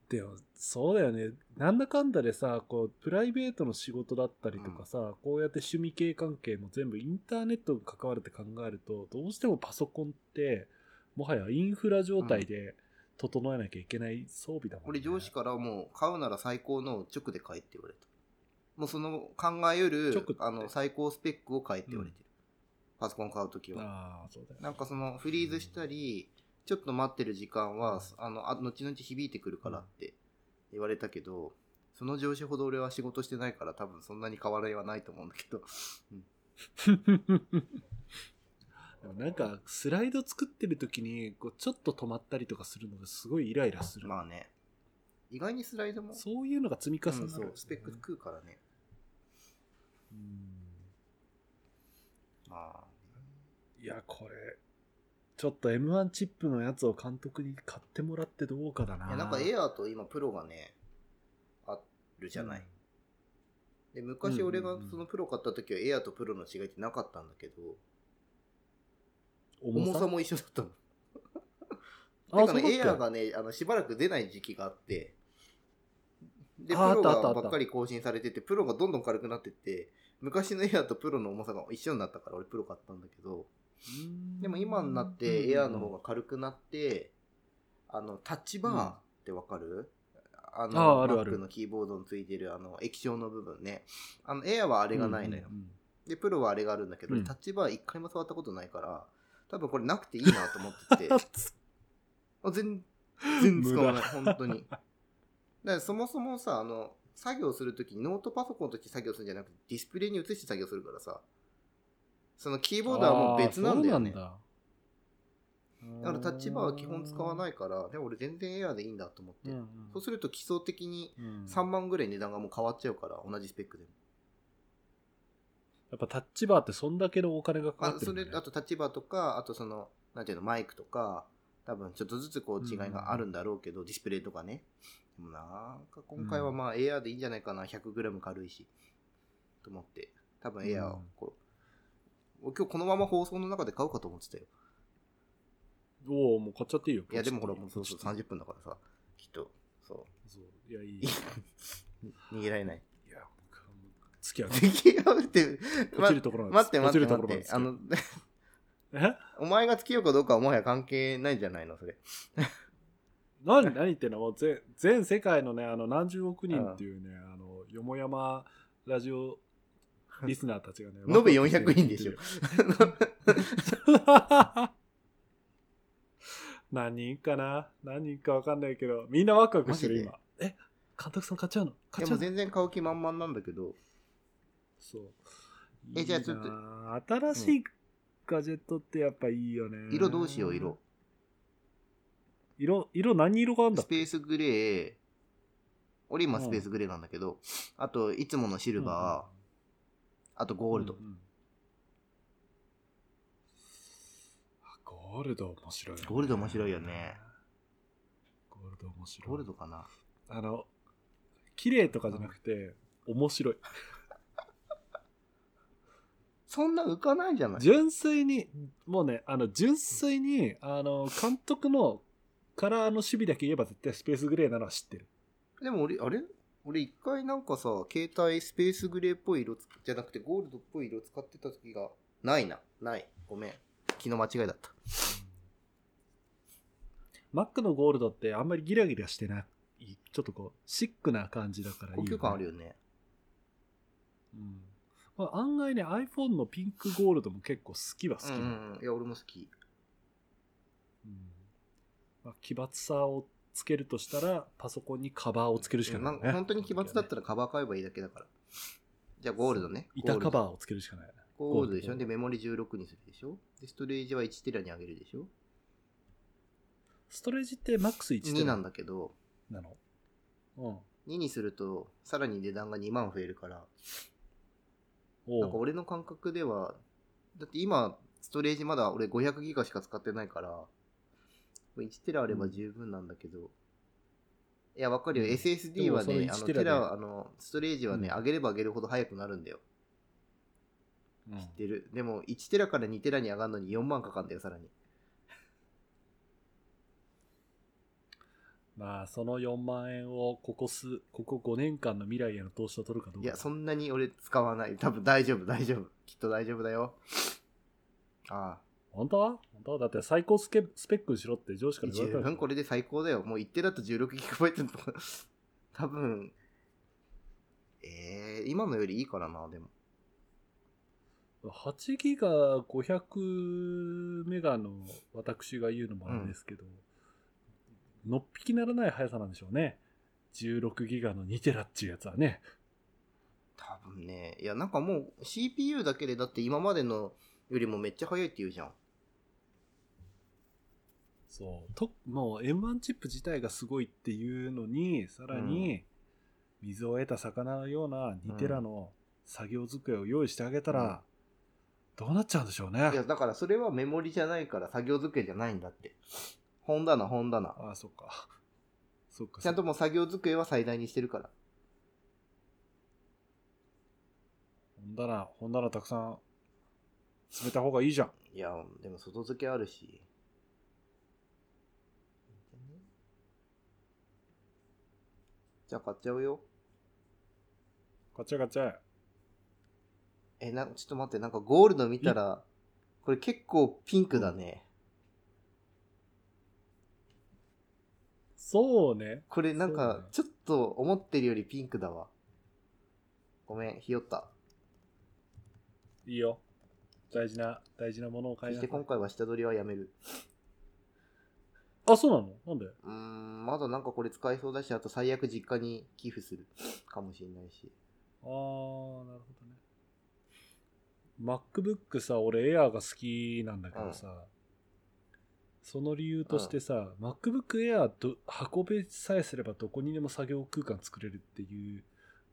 Speaker 1: でも、そうだよね。なんだかんだでさ、こう、プライベートの仕事だったりとかさ、こうやって趣味系関係も全部インターネットに関わるって考えると、どうしてもパソコンって、もはやインフラ状態で整えなきゃいけない装備だもんね。
Speaker 2: これ上司からもう買うなら最高のを直で買えって言われた。もうその考えう
Speaker 1: 直っ
Speaker 2: る
Speaker 1: て
Speaker 2: あの最高スペックを買えって言われてる。パソコン買うときは。
Speaker 1: ああ、そうだよね。
Speaker 2: なんかそのフリーズしたり、ちょっと待ってる時間は、あの、あ後々響いてくるからって言われたけど、その上司ほど俺は仕事してないから多分そんなに変わりはないと思うんだけど、
Speaker 1: でもなんかスライド作ってる時にこうちょっと止まったりとかするのがすごいイライラする、
Speaker 2: まあね、意外にスライドも、
Speaker 1: そういうのが積み重なる、
Speaker 2: うんそうスペック食うからね。
Speaker 1: うん
Speaker 2: ま
Speaker 1: いやこれちょっと m 1チップのやつを監督に買ってもらってどうかだ
Speaker 2: あ、
Speaker 1: ない
Speaker 2: やなんかエアーと今プロがね、あるじゃない。で昔俺がそのプロ買った時はエアーとプロの違いってなかったんだけど、
Speaker 1: うん重
Speaker 2: 重
Speaker 1: さ
Speaker 2: さも一緒だったの。
Speaker 1: あ
Speaker 2: てか
Speaker 1: そう
Speaker 2: ね、エ
Speaker 1: だ
Speaker 2: ア
Speaker 1: っけ
Speaker 2: がね、あのしばらく出ない時期があって、で、プ
Speaker 1: あ
Speaker 2: ロ
Speaker 1: あったあったあ
Speaker 2: が
Speaker 1: った
Speaker 2: ばっかり更新されてて、プロがどんどん軽くなってって、昔のエアーとプロの重さが一緒になったから、俺プロ買ったんだけど、
Speaker 1: うん
Speaker 2: でも今になっ
Speaker 1: うん
Speaker 2: てエアーの方が軽くなって、あの、タッチバーってわかる、あの、
Speaker 1: ああるある
Speaker 2: Mac のキーボードについてるあの液晶の部分ね。あの、エアーはあれがないのよ。
Speaker 1: うんうん
Speaker 2: で、プロはあれがあるんだけど、
Speaker 1: うん
Speaker 2: タッチバー一回も触ったことないから、多分これなくていいなと思っ てて。あ全全然使わない、本当に。だからそもそもさ、あの、作業するとき、ノートパソコンとして作業するんじゃなくて、ディスプレイに移して作業するからさ、そのキーボードはもう別なんだよね。だ
Speaker 1: あーそうなん
Speaker 2: からタッチバーは基本使わないいから、でも俺全然エアーでいいんだと思って。そうすると基礎的に3
Speaker 1: や
Speaker 2: 万ぐらい値段がもう変わっちゃうから、同じスペックでも。
Speaker 1: っぱタッチバーってそんだけのお金がか
Speaker 2: ま
Speaker 1: か
Speaker 2: あ、
Speaker 1: って
Speaker 2: そ
Speaker 1: るんだ
Speaker 2: れ
Speaker 1: ね、
Speaker 2: あと立場とか、あとその、なんていうの、マイクとか、多分ちょっとずつこう違いがあるんだろうけど、ディスプレイとかね。でもなんか今回はまあ AR でいいんじゃないかな、100g 軽いし、と思って、多分 AR をこう、俺今日このまま放送の中で買うかと思ってたよ。
Speaker 1: おお、もう買っちゃっていいよ。
Speaker 2: いや、でもほら、もうそう
Speaker 1: ポチ
Speaker 2: そ
Speaker 1: ッ
Speaker 2: う、
Speaker 1: と
Speaker 2: 30分だからさ、きっと、そ。
Speaker 1: そう。いや、いい。いう
Speaker 2: 逃げられない。
Speaker 1: や、僕はもう、付き合う。
Speaker 2: 付き合うって、
Speaker 1: 落ちるところなん
Speaker 2: 待
Speaker 1: で
Speaker 2: っ
Speaker 1: す。落ち
Speaker 2: て待って
Speaker 1: ると
Speaker 2: 待
Speaker 1: ころ
Speaker 2: っ
Speaker 1: なんで
Speaker 2: て。
Speaker 1: す
Speaker 2: あ
Speaker 1: けど。
Speaker 2: の、
Speaker 1: え
Speaker 2: お前が付き合うかどうかはもはや関係ないじゃないの、それ。
Speaker 1: 何何言ってんのもう全全世界のねあの何十億人っていうね、あのよもやまラジオリスナーたちがね
Speaker 2: 延べ400人でしょ。
Speaker 1: 何人かな何人かわかんないけどみんなワクワクしてる
Speaker 2: マジで
Speaker 1: 今え監督さん買っちゃうの買
Speaker 2: で
Speaker 1: っちゃう
Speaker 2: も
Speaker 1: の
Speaker 2: 全然買う気満々なんだけど、
Speaker 1: そう
Speaker 2: えじゃあちょっと
Speaker 1: いいなぁ新しいガジェットってやっぱいいよね、
Speaker 2: 色どうしよう、色。
Speaker 1: 色色何色があるんだ
Speaker 2: スペースグレー、俺今
Speaker 1: うん
Speaker 2: スペースグレーなんだけど、あと、いつものシルバー、あとゴールド
Speaker 1: うん。うんあゴールド面白いね、
Speaker 2: ゴールド面白いよね
Speaker 1: ゴールド面白い
Speaker 2: ゴールドかな
Speaker 1: あの綺麗とかじゃなくて、面白い
Speaker 2: そんな浮かないじゃない
Speaker 1: 純粋にもうねあの純粋にあの監督のカラーの守備だけ言えば絶対スペースグレーなのは知ってる
Speaker 2: でも俺、あれ俺一回なんかさ、携帯スペースグレーっぽい色つじゃなくてゴールドっぽい色使ってた時が、ないな。ない。ごめん。昨日間違いだった。
Speaker 1: マックのゴールドってあんまりギラギラしてないちょっとこうシックな感じだからいいよ
Speaker 2: 高
Speaker 1: ね
Speaker 2: 級感あるよね。
Speaker 1: うんまあ、案外ね iPhone のピンクゴールドも結構好きは好き
Speaker 2: うん
Speaker 1: なの、
Speaker 2: うんうん。いや、俺も好き。
Speaker 1: うんまあ、奇抜さをつけるとしたらパソコンにカバーをつけるしかないよね、
Speaker 2: うん本当に奇抜だったらカバー買えばいいだけだから。じゃあゴールドね。
Speaker 1: 板カ
Speaker 2: ー。
Speaker 1: バーをつけるしかないよね
Speaker 2: ゴールドでし
Speaker 1: ゴー
Speaker 2: ょ
Speaker 1: ルド
Speaker 2: で、メモリ16にするでしょで、ストレージは1テラに上げるでしょ
Speaker 1: ストレージってマックス
Speaker 2: ?2
Speaker 1: 1
Speaker 2: なんだけど、
Speaker 1: なのうん
Speaker 2: 2にすると、さらに値段が2万増えるから、
Speaker 1: お
Speaker 2: なんか
Speaker 1: う
Speaker 2: 俺の感覚では、だって今、ストレージまだ俺500ギガしか使ってないから、1テラあれば十分なんだけど、いや、わかるよ。
Speaker 1: うんで
Speaker 2: SSD
Speaker 1: も
Speaker 2: は
Speaker 1: その
Speaker 2: ね、
Speaker 1: 1
Speaker 2: あの、
Speaker 1: テ
Speaker 2: テ
Speaker 1: ラで
Speaker 2: ラ、あの、ストレージはね、
Speaker 1: うん
Speaker 2: 上げれば上げるほど速くなるんだよ。
Speaker 1: うん
Speaker 2: 出る。でも、1テラから2テラに上がるのに4万かかんだよ、さらに。
Speaker 1: まあその4万円をここすここ5年間の未来への投資を取るかどうか
Speaker 2: いや、そんなに俺使わない。多分大丈夫、大丈夫。きっと大丈夫だよ。あ
Speaker 1: 本当は本当はだって最高スケスペックにしろって上司か
Speaker 2: あ、
Speaker 1: ら言わ
Speaker 2: 十
Speaker 1: れたら
Speaker 2: 分これで最高だよ。もう1テラと 16GB のとこ 多分、えー、今のよりいいからな、でも。
Speaker 1: 8ギガ500メガの私が言うのもあれですけど、のっぴきならない速さなんでしょうね。16ギガの2テラっていうやつはね。
Speaker 2: 多分ね、いや、なんかもう CPU だけで、だって今までのよりもめっちゃ速いって言うじゃん。
Speaker 1: そう。と、もう M1 チップ自体がすごいっていうのに、さらに、水を得た魚のような2テラの作業机を用意してあげたら、どうなっちゃうんでしょうね
Speaker 2: い。や、だからそれはメモリじゃないから作業机じゃないんだって。本棚、本棚。
Speaker 1: ああ、そっか。そっか。
Speaker 2: ちゃんともう作業机は最大にしてるから。
Speaker 1: 本棚、本棚たくさん詰めた方がいいじゃん。
Speaker 2: いや、でも外付けあるし。じゃあ買っちゃうよ。
Speaker 1: ガチャガチャ。
Speaker 2: え、な、ちょっと待って、なんかゴールド見たら、これ結構ピンクだね。
Speaker 1: そうね。
Speaker 2: これなん
Speaker 1: そう
Speaker 2: か
Speaker 1: ね、
Speaker 2: ちょっと思ってるよりピンクだわ。ごめん、ひよった。
Speaker 1: いいよ。大事な、大事なものを
Speaker 2: そ
Speaker 1: 買い
Speaker 2: し
Speaker 1: な
Speaker 2: て今回は下取りはやめる。
Speaker 1: あ、そうなのなんで
Speaker 2: うーん、まだなんかこれ使えそうだし、あと最悪実家に寄付するかもしれないし。
Speaker 1: あー、なるほどね。MacBook さ、俺 Air が好きなんだけどさ、その理由としてさ、MacBook Air ど運べさえすればどこにでも作業空間作れるっていう、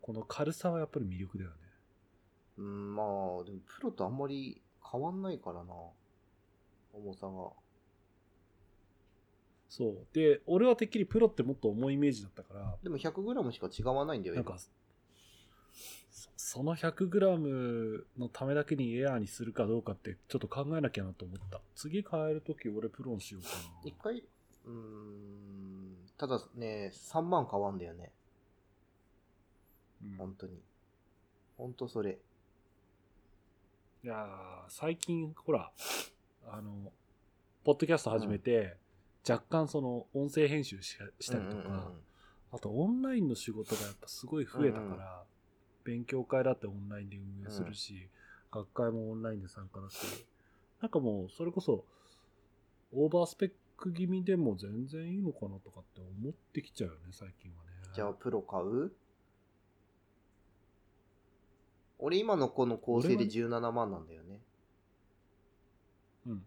Speaker 1: この軽さはやっぱり魅力だよね。
Speaker 2: うーん、まあ、でもプロとあんまり変わんないからな。重さが。
Speaker 1: そう。で、俺はてっきりプロってもっと重いイメージだったから、
Speaker 2: でも 100g しか違わないんだよ、
Speaker 1: なん
Speaker 2: 今
Speaker 1: か、。そその 100g のためだけにエアーにするかどうかってちょっと考えなきゃなと思った次変えるとき俺プロンしようかな
Speaker 2: 一回、うーん、ただね、3万買わんだよね。
Speaker 1: うん
Speaker 2: 本当に。本当それ。
Speaker 1: いやー最近ほらあのポッドキャスト始めて、若干その音声編集ししたりとか、
Speaker 2: うんうんうん
Speaker 1: あとオンラインの仕事がやっぱすごい増えたから、勉強会だってオンラインで運営するし、学会もオンラインで参加だしなんかもうそれこそオーバースペック気味でも全然いいのかなとかって思ってきちゃうよね最近はね
Speaker 2: じゃあ、プロ買う俺今のこの構成で17万なんだよね。
Speaker 1: うんうんうんうん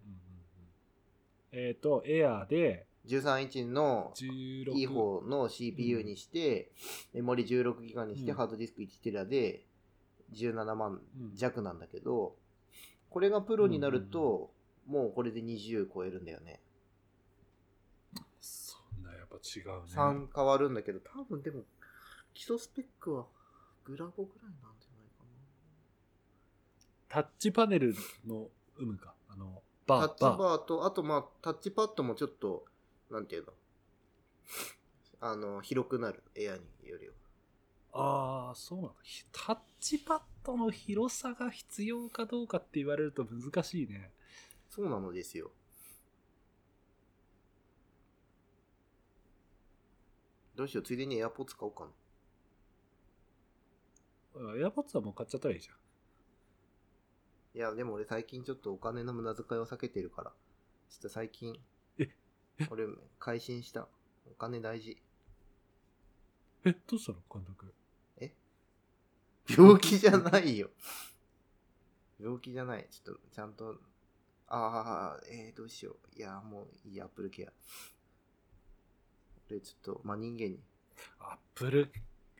Speaker 1: えっ、とエアーで
Speaker 2: 13インチの
Speaker 1: 16
Speaker 2: いい方の CPU にして、メモリ16ギガにして、
Speaker 1: うん
Speaker 2: ハードディスク1テラで17万
Speaker 1: うん
Speaker 2: 弱なんだけど、これがプロになると、もうこれで20超えるんだよね。
Speaker 1: そんなやっぱ違うね。
Speaker 2: 3変わるんだけど、多分でも、基礎スペックはグラボぐらいなんじゃないか
Speaker 1: タッチパネルの有無か。あの、バ
Speaker 2: な。
Speaker 1: ー、
Speaker 2: タッチ
Speaker 1: バー。
Speaker 2: バーと、あとまあ、タッチパッドもちょっと、なんていうの、あの、広くなる、エアによりは。
Speaker 1: ああ、そうなんだ。ひタッチパッドの広さが必要かどうかって言われると難しいね。
Speaker 2: そうなのですよ。どうしよう、ついでに AirPods 買おうかな。
Speaker 1: エアポッツはもう買っちゃったらいいじゃん。
Speaker 2: いや、でも俺最近ちょっとお金の無駄遣いを避けてるから、ちょっと最近
Speaker 1: え、
Speaker 2: 俺、改心した。お金大事。
Speaker 1: え、どうしたの監督。
Speaker 2: 病気じゃないよ。病気じゃない。ちょっと、ちゃんと、ああ、えー、どうしよう。いや、もういい、アップルケア。俺、ちょっと、まあ、人間に。
Speaker 1: アップル、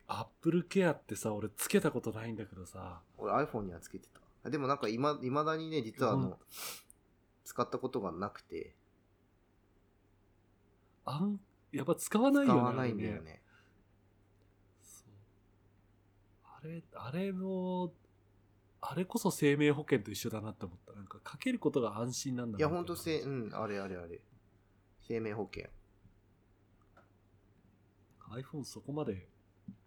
Speaker 1: アップルケアってさ、俺つけたことないんだけどさ。
Speaker 2: 俺 iPhone にはつけてた。あでもなんかいま、未だにね、実はあ
Speaker 1: うん
Speaker 2: の、使ったことがなくて、
Speaker 1: あん、やっぱ使わない
Speaker 2: 使
Speaker 1: よね。
Speaker 2: わないんだよ
Speaker 1: あれね
Speaker 2: ね。
Speaker 1: そうあれ、あれの、あれこそ生命保険と一緒だなって思った。なんか、かけることが安心なんだ
Speaker 2: いや、ほんとせ、
Speaker 1: せ
Speaker 2: うん、あれあれあれ。生命保険。
Speaker 1: iPhone そこまで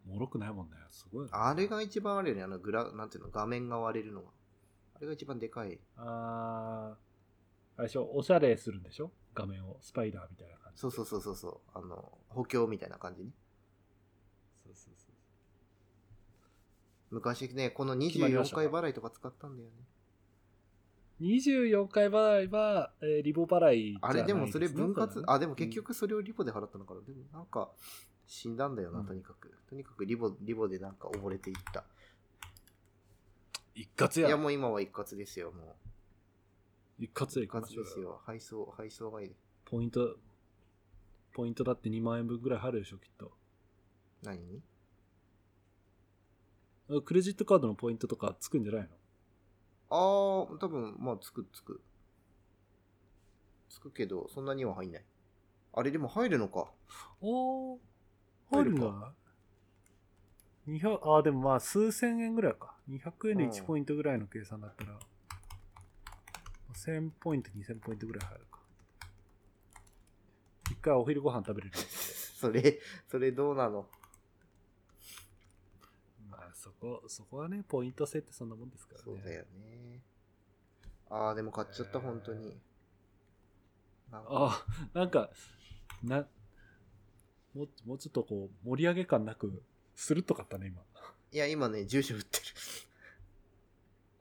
Speaker 1: 脆くないもんね。すごいな。
Speaker 2: あれが一番あれよね、あの、グラ、なんていうの、画面が割れるのが。あれが一番でかい。
Speaker 1: あー、あれでしょ、おしゃれするんでしょ画面を。スパイダーみたいな感じ。
Speaker 2: そうそうそうそうそう。あの、補強みたいな感じね。
Speaker 1: そうそうそう
Speaker 2: 昔ね、この
Speaker 1: 決まりました
Speaker 2: 24
Speaker 1: か
Speaker 2: 回払いとか使ったんだよね。
Speaker 1: 24回払いは、えーリボ払いじゃ
Speaker 2: あ
Speaker 1: ない
Speaker 2: れでもそれ
Speaker 1: すね
Speaker 2: 分
Speaker 1: こ
Speaker 2: 割
Speaker 1: ね、
Speaker 2: あ、でも結局それをリボで払ったのかな。でもなんか、死んだんだよな、
Speaker 1: うん
Speaker 2: とにかく。とにかくリボ、リボでなんか溺れていった。
Speaker 1: 一括
Speaker 2: い
Speaker 1: や。
Speaker 2: や、もう今は一括ですよ、も
Speaker 1: 一括
Speaker 2: う。
Speaker 1: や
Speaker 2: 一括です。よ。配送、配送がいい。
Speaker 1: ポイント、ポイントだって2万円分ぐらい入るでしょ、きっと。
Speaker 2: 何に
Speaker 1: クレジットカードのポイントとかつくんじゃないの
Speaker 2: ああ、多分、まあ、つくつく。つくけど、そんなには入んない。あれ、でも入るのか。
Speaker 1: おー、入るんじゃない200あーでもまあ数千円ぐらいか200円で
Speaker 2: う
Speaker 1: 1
Speaker 2: ん
Speaker 1: ポイントぐらいの計算だったら、1000ポイント2000ポイントぐらい入るか一回お昼ご飯食べれる
Speaker 2: それ、それどうなの
Speaker 1: まあそこそこはねポイント制ってそんなもんですからね
Speaker 2: そうだよね。ああ、でも買っちゃった、
Speaker 1: えー
Speaker 2: 本当に。なんか
Speaker 1: あーなんかなもうもうちょっとこう盛り上げ感なくするとかったね今
Speaker 2: いや、今ね、住所打ってる。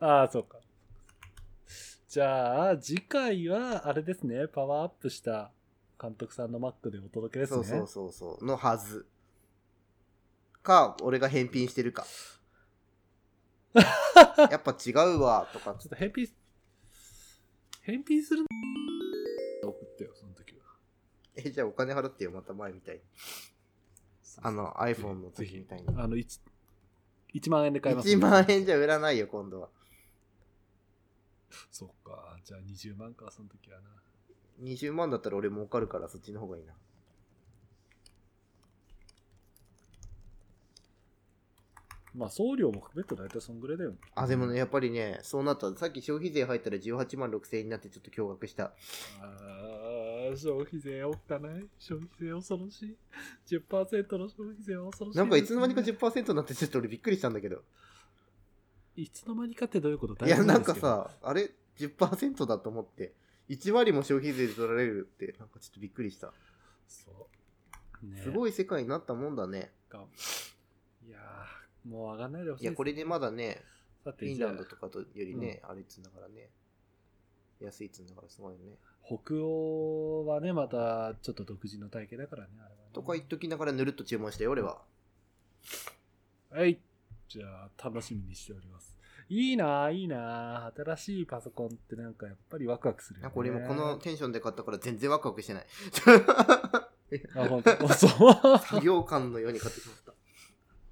Speaker 1: ああ、そうか。じゃあ、次回は、あれですね、パワーアップした監督さんのマックでお届けですね。
Speaker 2: そうそうそうそう。のはず。か、俺が返品してる か。やっぱ違うわ、とか。
Speaker 1: ちょっと返品、返品するの送ってよ、その時は。
Speaker 2: え、じゃあお金払ってよ、また前みたいに。あの、iPhone の時みたいに。
Speaker 1: あの、1、1万円で買います、
Speaker 2: 1万円じゃ売らないよ、今度は。
Speaker 1: そうか、じゃあ20万か、その時はな。
Speaker 2: 20万だったら俺儲かるから、そっちの方がいいな。
Speaker 1: まあ送料も含めて大体そんぐらいだよね。
Speaker 2: あ、でもね、やっぱりね、そうなった。さっき消費税入ったら18万6000円になってちょっと驚愕した。
Speaker 1: あー消費税おっかない消費税恐ろしい。10%の消費税は恐ろしいですね、
Speaker 2: なんかいつの間にか10%になってちょっと俺びっくりしたんだけど。
Speaker 1: いつの間にかってどういうこと
Speaker 2: いや、なんか、さ、あれ ?10% だと思って。1割も消費税で取られるって、なんかちょっとびっくりした。
Speaker 1: そう。ね、
Speaker 2: す
Speaker 1: い。
Speaker 2: ごい世界になったもんだね。
Speaker 1: いやーもう上がんないでほしい
Speaker 2: いや、これでまだね、
Speaker 1: だっ
Speaker 2: フ
Speaker 1: て
Speaker 2: ィン
Speaker 1: じゃ
Speaker 2: ラ
Speaker 1: あ
Speaker 2: ンドとかとよりね、あれっつうんだからね。安いっつうんだからすごいよね。
Speaker 1: 北欧はね、またちょっと独自の体系だからね、あれはね
Speaker 2: とか言っときながらぬるっと注文したよ、俺は。
Speaker 1: はい。じゃあ、楽しみにしております。いいなあいいなあ新しいパソコンってなんかやっぱりワクワクするよ、
Speaker 2: な
Speaker 1: ね。
Speaker 2: んか俺もこのテンションで買ったから全然ワクワクし てない。
Speaker 1: あ、本当。 そう。
Speaker 2: 作業感のように買ってしまった。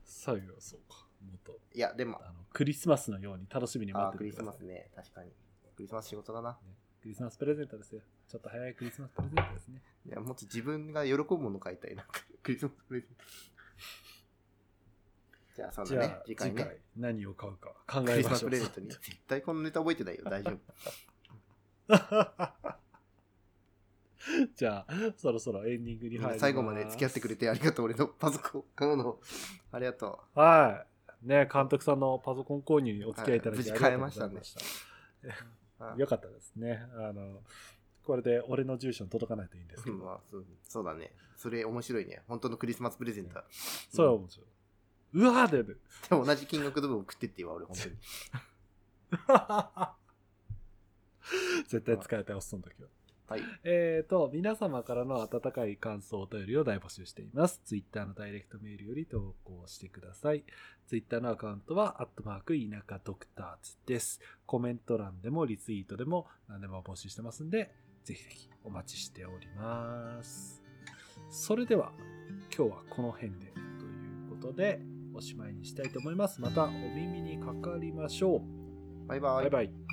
Speaker 1: そうよ、そうか。もっと、
Speaker 2: いや、でも、
Speaker 1: あの、クリスマスのように楽しみに待
Speaker 2: あ
Speaker 1: っ
Speaker 2: ー
Speaker 1: て
Speaker 2: ク
Speaker 1: てく
Speaker 2: リス
Speaker 1: ださ
Speaker 2: マ
Speaker 1: い。
Speaker 2: スね。確かに。クリスマス仕事だな。
Speaker 1: クリスマスプレゼントですよ。ちょっと早いクリスマスプレゼントですね。
Speaker 2: いや、もっと自分が喜ぶもの買いたいな。クリスマスプレゼント。じゃあ、そ
Speaker 1: じ
Speaker 2: ん
Speaker 1: ゃ
Speaker 2: な
Speaker 1: あ、
Speaker 2: ね、
Speaker 1: 次
Speaker 2: 次回
Speaker 1: 回
Speaker 2: ね。
Speaker 1: 何を買うか考
Speaker 2: ク
Speaker 1: え
Speaker 2: リス
Speaker 1: ま
Speaker 2: マ
Speaker 1: し
Speaker 2: ス
Speaker 1: ょう
Speaker 2: プレ。ゼントに。絶対このネタ覚えてないよ。大丈夫。
Speaker 1: じゃあ、そろそろエンディングに
Speaker 2: み
Speaker 1: 入り
Speaker 2: ん
Speaker 1: ま
Speaker 2: な
Speaker 1: す。
Speaker 2: 最後まで付き合ってくれてありがとう。俺のパソコン買うの。ありがと
Speaker 1: はい。ね、監督さんのパソコン購入にお付き合いいただきありがとうございました。
Speaker 2: う。あ
Speaker 1: よかったですね。あの、これで俺の住所に届かないといいんですけ
Speaker 2: う
Speaker 1: ど
Speaker 2: ん。まあそうそうだね。それ面白いね。本当のクリスマスプレゼントだ。
Speaker 1: それは面白い。うわーでね。
Speaker 2: でも同じ金額の分送ってって言うわ、俺、本当に。
Speaker 1: 絶対使えたよ、その時は。
Speaker 2: はい。
Speaker 1: えーと、皆様からの温かい感想、お便りを大募集しています。ツイッターのダイレクトメールより投稿してください。ツイッターのアカウントは、アットマーク、田舎ドクターズです。コメント欄でも、リツイートでも、何でも募集してますんで、ぜひぜひお待ちしております。それでは、今日はこの辺で、ということで、おしまいにしたいと思います。またお耳にかかりましょう。
Speaker 2: バイバイ
Speaker 1: バイ。バイ。